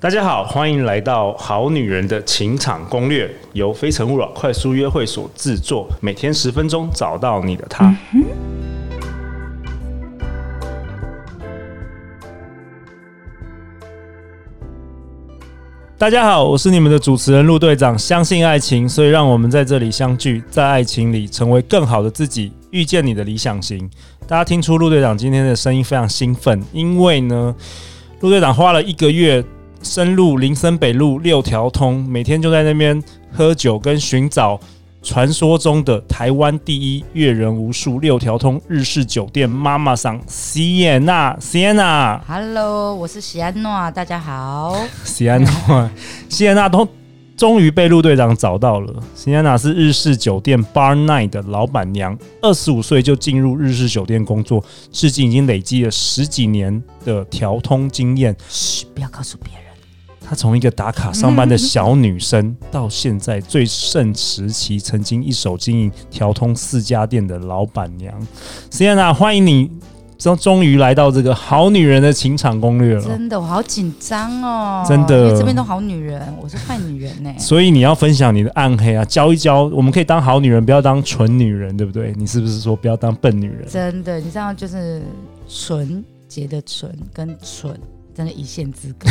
大家好，欢迎来到《好女人的情场攻略》，由非诚勿扰快速约会所制作，每天十分钟，找到你的他。大家好，我是你们的主持人陆队长。相信爱情，所以让我们在这里相聚，在爱情里成为更好的自己，遇见你的理想型。大家听出陆队长今天的声音非常兴奋，因为呢，陆队长花了一个月深入林森北路六条通，每天就在那边喝酒跟寻找传说中的台湾第一阅人无数六条通日式酒店妈妈桑西耶娜西耶娜 Hello，我是喜安诺，啊大家好。西安娜西安娜通。终于被陆队长找到了。西安娜是日式酒店 Bar Night 的老板娘，二十五岁就进入日式酒店工作，至今已经累积了十几年的调通经验。嘘，不要告诉别人。她从一个打卡上班的小女生，到现在最盛时期曾经一手经营调通四家店的老板娘。s i e n a 欢迎你，终终于来到这个好女人的情场攻略了。真的，我好紧张哦。真的因为这边都好女人，我是坏女人呢、所以你要分享你的暗黑啊，教一教，我们可以当好女人，不要当蠢女人，对不对？你是不是说不要当笨女人？真的，你知道，就是纯洁的纯跟蠢，真的一线之隔，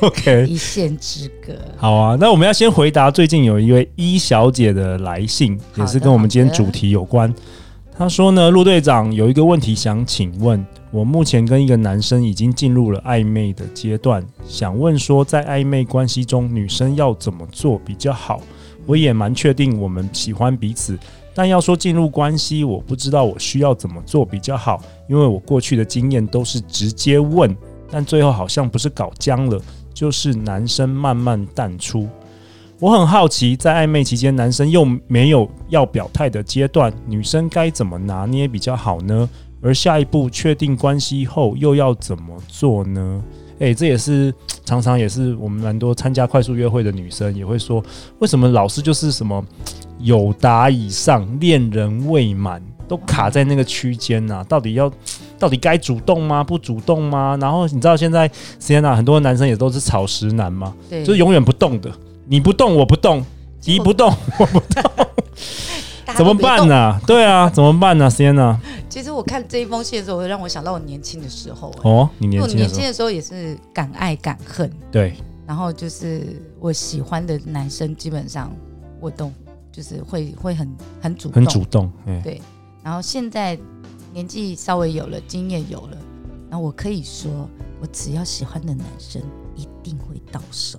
OK，一线之隔。好啊，那我们要先回答最近有一位一小姐的来信，好的也是跟我们今天主题有关。她说呢，陆队长有一个问题想请问，我目前跟一个男生已经进入了暧昧的阶段，想问说在暧昧关系中，女生要怎么做比较好？我也蛮确定我们喜欢彼此，但要说进入关系，我不知道我需要怎么做比较好，因为我过去的经验都是直接问，但最后好像不是搞僵了，就是男生慢慢淡出。我很好奇，在暧昧期间，男生又没有要表态的阶段，女生该怎么拿捏比较好呢？而下一步确定关系后，又要怎么做呢？诶，这也是常常也是我们蛮多参加快速约会的女生也会说，为什么老是就是什么有达以上，恋人未满，都卡在那个区间呐、到底要到底该主动吗？不主动吗？然后你知道现在 s i e n a 很多男生也都是草食男嘛，对，就是永远不动的，你不动我不动，你不动我不动，大怎家都么别办动呢、对啊，怎么办呢、s i e n a 其实我看这一封信的时候，让我想到我年轻的时候、欸。哦，你因为年我轻的年时轻候，的时候也是敢爱敢恨，对，然后就是我喜欢的男生，基本上我都就是会会很很主动，很主动，哎、对，然后现在年纪稍微有了，经验有了，然后我可以说，我只要喜欢的男生一定会到手。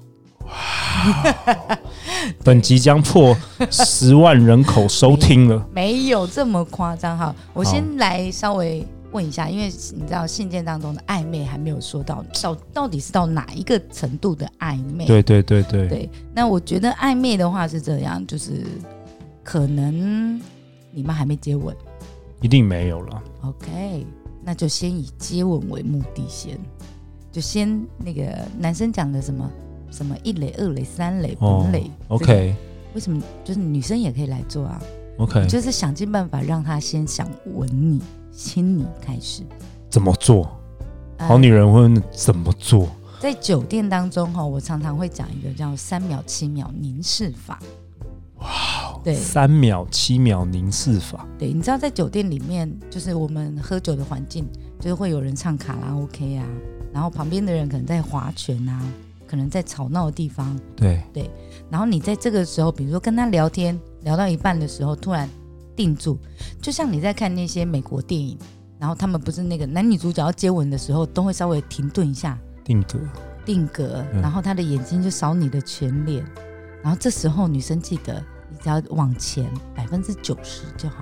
本集将 破十万人口收听了，没有这么夸张哈。我先来稍微问一下，因为你知道信件当中的暧昧还没有说到，到到底是到哪一个程度的暧昧？对对对对，对，那我觉得暧昧的话是这样，就是可能你们还没接吻一定没有了， ，OK，那就先以接吻为目的先，就先那个男生讲的什么什么一垒、二垒、三垒、哦本垒、这个，OK 为什么就是女生也可以来做啊？ OK，就是想尽办法让他先想吻你、亲你开始。怎么做？呃好女人会怎么做？在酒店当中哈、我常常会讲一个叫三秒、七秒凝视法。哦哇，对三秒、七秒凝视法，对，你知道在酒店里面，就是我们喝酒的环境，就是会有人唱卡拉 OK 啊，然后旁边的人可能在划拳啊，可能在吵闹的地方，对，然后你在这个时候，比如说跟他聊天聊到一半的时候，突然定住，就像你在看那些美国电影，然后他们不是那个男女主角要接吻的时候，都会稍微停顿一下，定格，定格，嗯然后他的眼睛就扫你的全脸，然后这时候女生记得，你只要往前百分之九十就好，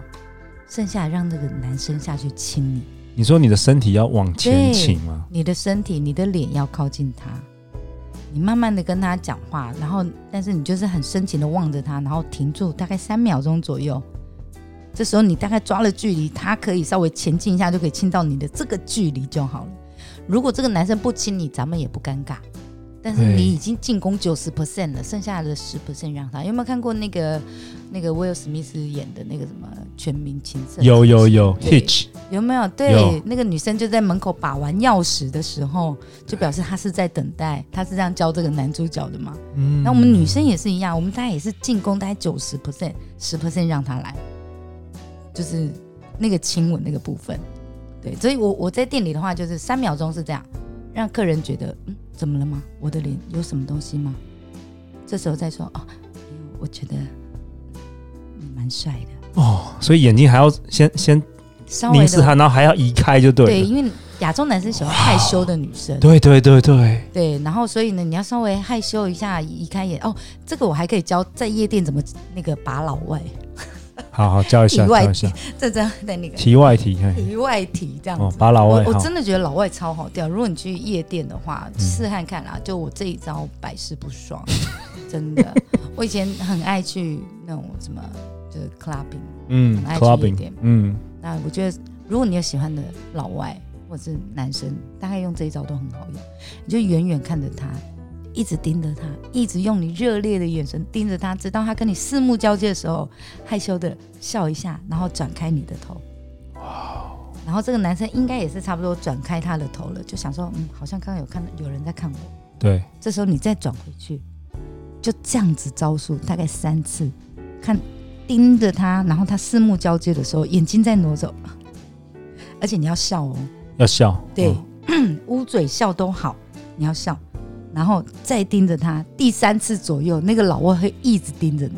剩下让那个男生下去亲你，你说你的身体要往前倾吗？你的身体、你的脸要靠近他。你慢慢的跟他讲话，然后但是你就是很深情的望着他，然后停住大概三秒钟左右。这时候你大概抓了距离，他可以稍微前进一下，就可以亲到你的这个距离就好了。如果这个男生不亲你，咱们也不尴尬。但是对你已经进攻九十 percent 了，剩下的十 percent 让他。有没有看过那个那个威尔史密斯演的那个什么《全民情圣》？有有有对，Hitch，有没有？对，有那个女生就在门口把玩钥匙的时候，就表示她是在等待，她是这样教这个男主角的嘛？嗯那我们女生也是一样，我们大概也是进攻大概九十 percent，十 percent 让她来，就是那个亲吻那个部分。对，所以我我在店里的话，就是三秒钟是这样，让客人觉得嗯，怎么了吗？我的脸有什么东西吗？这时候再说哦，没有我觉得你蛮帅的，哦，所以眼睛还要先先稍微凝视嗯的他，然后还要移开就对对，了。因为亚洲男生喜欢害羞的女生。对对对对，对，然后所以呢，你要稍微害羞一下，移开眼。哦，这个我还可以教在夜店怎么那个把老外， 好好教一下体外教一下，这这样在那个题外题， 嘿题外题这样哦子。，把老外我我好，真的觉得老外超好钓，如果你去夜店的话，嗯试看看啦。就我这一招百试不爽，真的。 我以前很爱去那种什么，就是 clubbing。嗯很爱去夜，clubbing，店嗯，那我觉得，如果你有喜欢的老外或者是男生，大概用这一招都很好用。你就远远看着他，一直盯着他，一直用你热烈的眼神盯着他，直到他跟你四目交接的时候，害羞的笑一下，然后转开你的头。然后这个男生应该也是差不多转开他的头了，就想说，嗯，好像刚刚有看有人在看我。对，这时候你再转回去，就这样子招数大概三次，看盯着他，然后他四目交接的时候，眼睛在挪走， 而且你要笑哦，要笑，对嗯， 捂嘴笑都好，你要笑，然后再盯着他，第三次左右，那个老外会一直盯着你。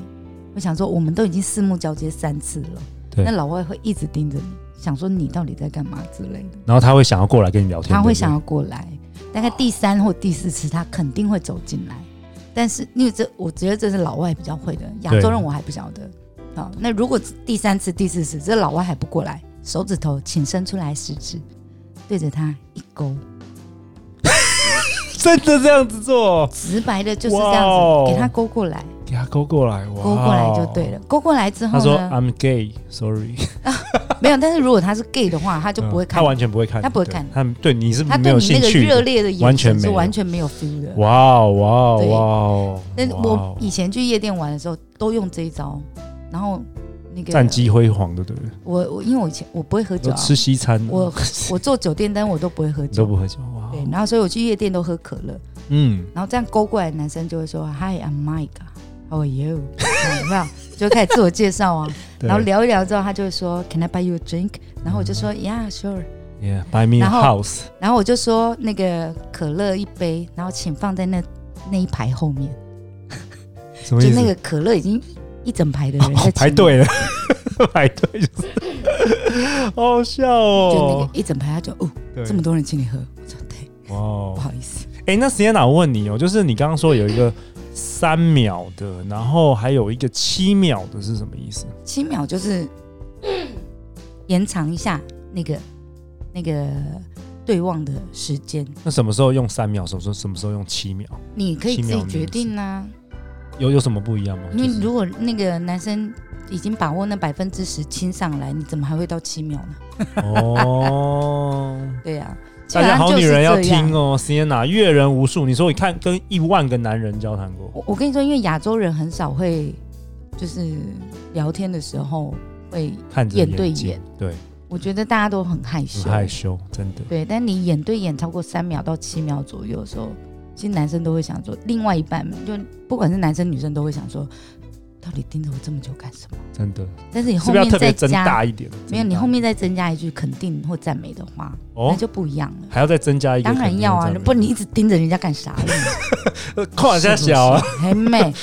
我想说，我们都已经四目交接三次了，对那老外会一直盯着你，想说你到底在干嘛之类的，然后他会想要过来跟你聊天，他对不会对想要过来。大概第三或第四次，他肯定会走进来。但是因为这，我觉得这是老外比较会的，亚洲人我还不晓得。好，那如果第三次、第四次，这老外还不过来，手指头请伸出来，食指对着他一勾，真的这样子做，直白的就是这样哇哦子，给他勾过来，给他勾过来，哇哦勾过来就对。了。勾过来之他后说啊呢， ：“I'm gay, sorry。嗯没有。但是如果他是 gay ”的话，他就不会他看，完全不会看，他不会对看他对你是他没对有你那兴个趣热的。烈的眼完全神是没有完全没有 feel 的。哇哦哇哦对哇哦！但哇我哦以前去夜店玩的时候都用这一招，然后那个战绩辉煌的，对不对？我我因为我以前我不会喝酒、都啊，吃西餐的， 我我做酒店单我都不会喝你都酒，不喝酒，哇！对，然后所以我去夜店都喝可乐，嗯，然后这样勾过来，男生就会说 Hi I'm Mike，how are you？有没有？就开始自我介绍啊， 对然后聊一聊之后，他就会说 Can I buy you a drink？然后我就说嗯 Yeah sure， ，Yeah, buy me a 然后 house，然后我就说那个可乐一杯，然后请放在那那一排后面，什么就意那思？哎哦个可乐已经一整排的人 在前面、排队了， 排队就是，好好笑就那哦个。一整排，他就哦，对这么多人请你喝，我说对，哇哦不！好意思，哎、那时间哪？我问你哦，就是你刚刚说有一个三秒的，然后还有一个七秒的，是什么意思？七秒就是嗯延长一下那个那个对望的时间，那什么时候用三秒？什么时候什么时候用七秒？你可以七自秒己决定呐、有有什么不一样吗？因为就是如果那个男生已经把握那百分之十亲上来，你怎么还会到七秒呢？哦， 对啊呀、基大本家上好就是女人要这样听。哦，Sienna 阅人无数。你说你看跟一万个男人交谈过，我我跟你说，因为亚洲人很少会就是聊天的时候会，看着眼对睛眼，对，我觉得大家都很害羞，很害羞，真的。对，但你眼对眼超过三秒到七秒左右的时候，其实男生都会想说，另外一半就不管是男生女生都会想说，到底盯着我这么久干什么？真的，但是你是后不是要面特再别增加大一点？没有，增你大后面再增加一句肯定或赞美的话，那哦，就不一样了。还要再增加一个当肯定的然赞美，要啊，不然你一直盯着人家干 啥呀？呃跨一下小啊。是不是，很美。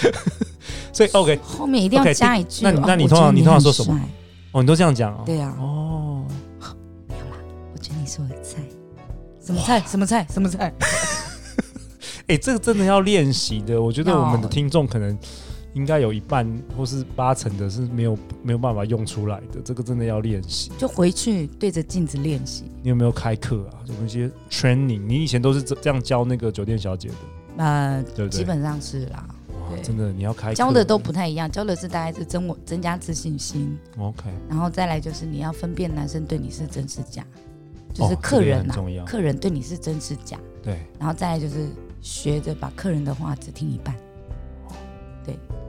所以 OK，后面一定要 OK，加一句。那你哦那你我通觉得常你你通常很说什么帅？哦，你都这样讲哦。对啊，哦，没有啦，我觉得你是我的菜。什么菜？什么菜？什么菜？ 哎，这个真的要练习的。我觉得要我们的听众可能应该有一半或是八成的是没有没有办法用出来的，这个真的要练习。就回去对着镜子练习。你有没有开课啊？有没有一些 training？你以前都是这这样教那个酒店小姐的，呃，对不对？基本上是啦，哇，对真的你要开课教的都不太一样，教的是大概是增我增加自信心， OK，然后再来就是你要分辨男生对你是真是假，就哦是这个客也人很啊，重要客人对你是真是假，对，然后再来就是学着把客人的话只听一半。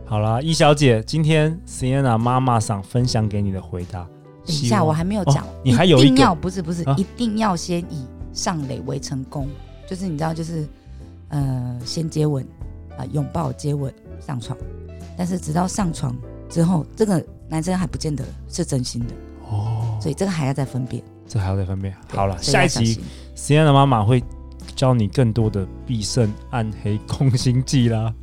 好啦，易小姐，今天 Sienna 妈妈想分享给你的回答，等一希下，望我还没有讲、哦你还有一一个定要不是不是、啊一定要先以上垒为成功，就是你知道，就是呃，先接吻啊、拥抱、接吻、上床，但是直到上床之后，这个男生还不见得是真心的，哦，所以这个还要再分辨。这还要再分辨。对好了，所以要下一小集心 Sienna 妈妈会教你更多的必胜暗黑攻心计啦。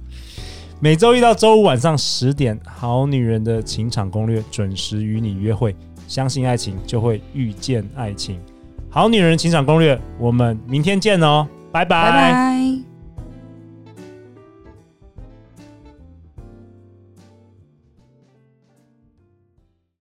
每周一到周五晚上十点，《好女人的情场攻略》准时与你约会。相信爱情，就会遇见爱情。《好女人情场攻略》，我们明天见哦，拜拜拜。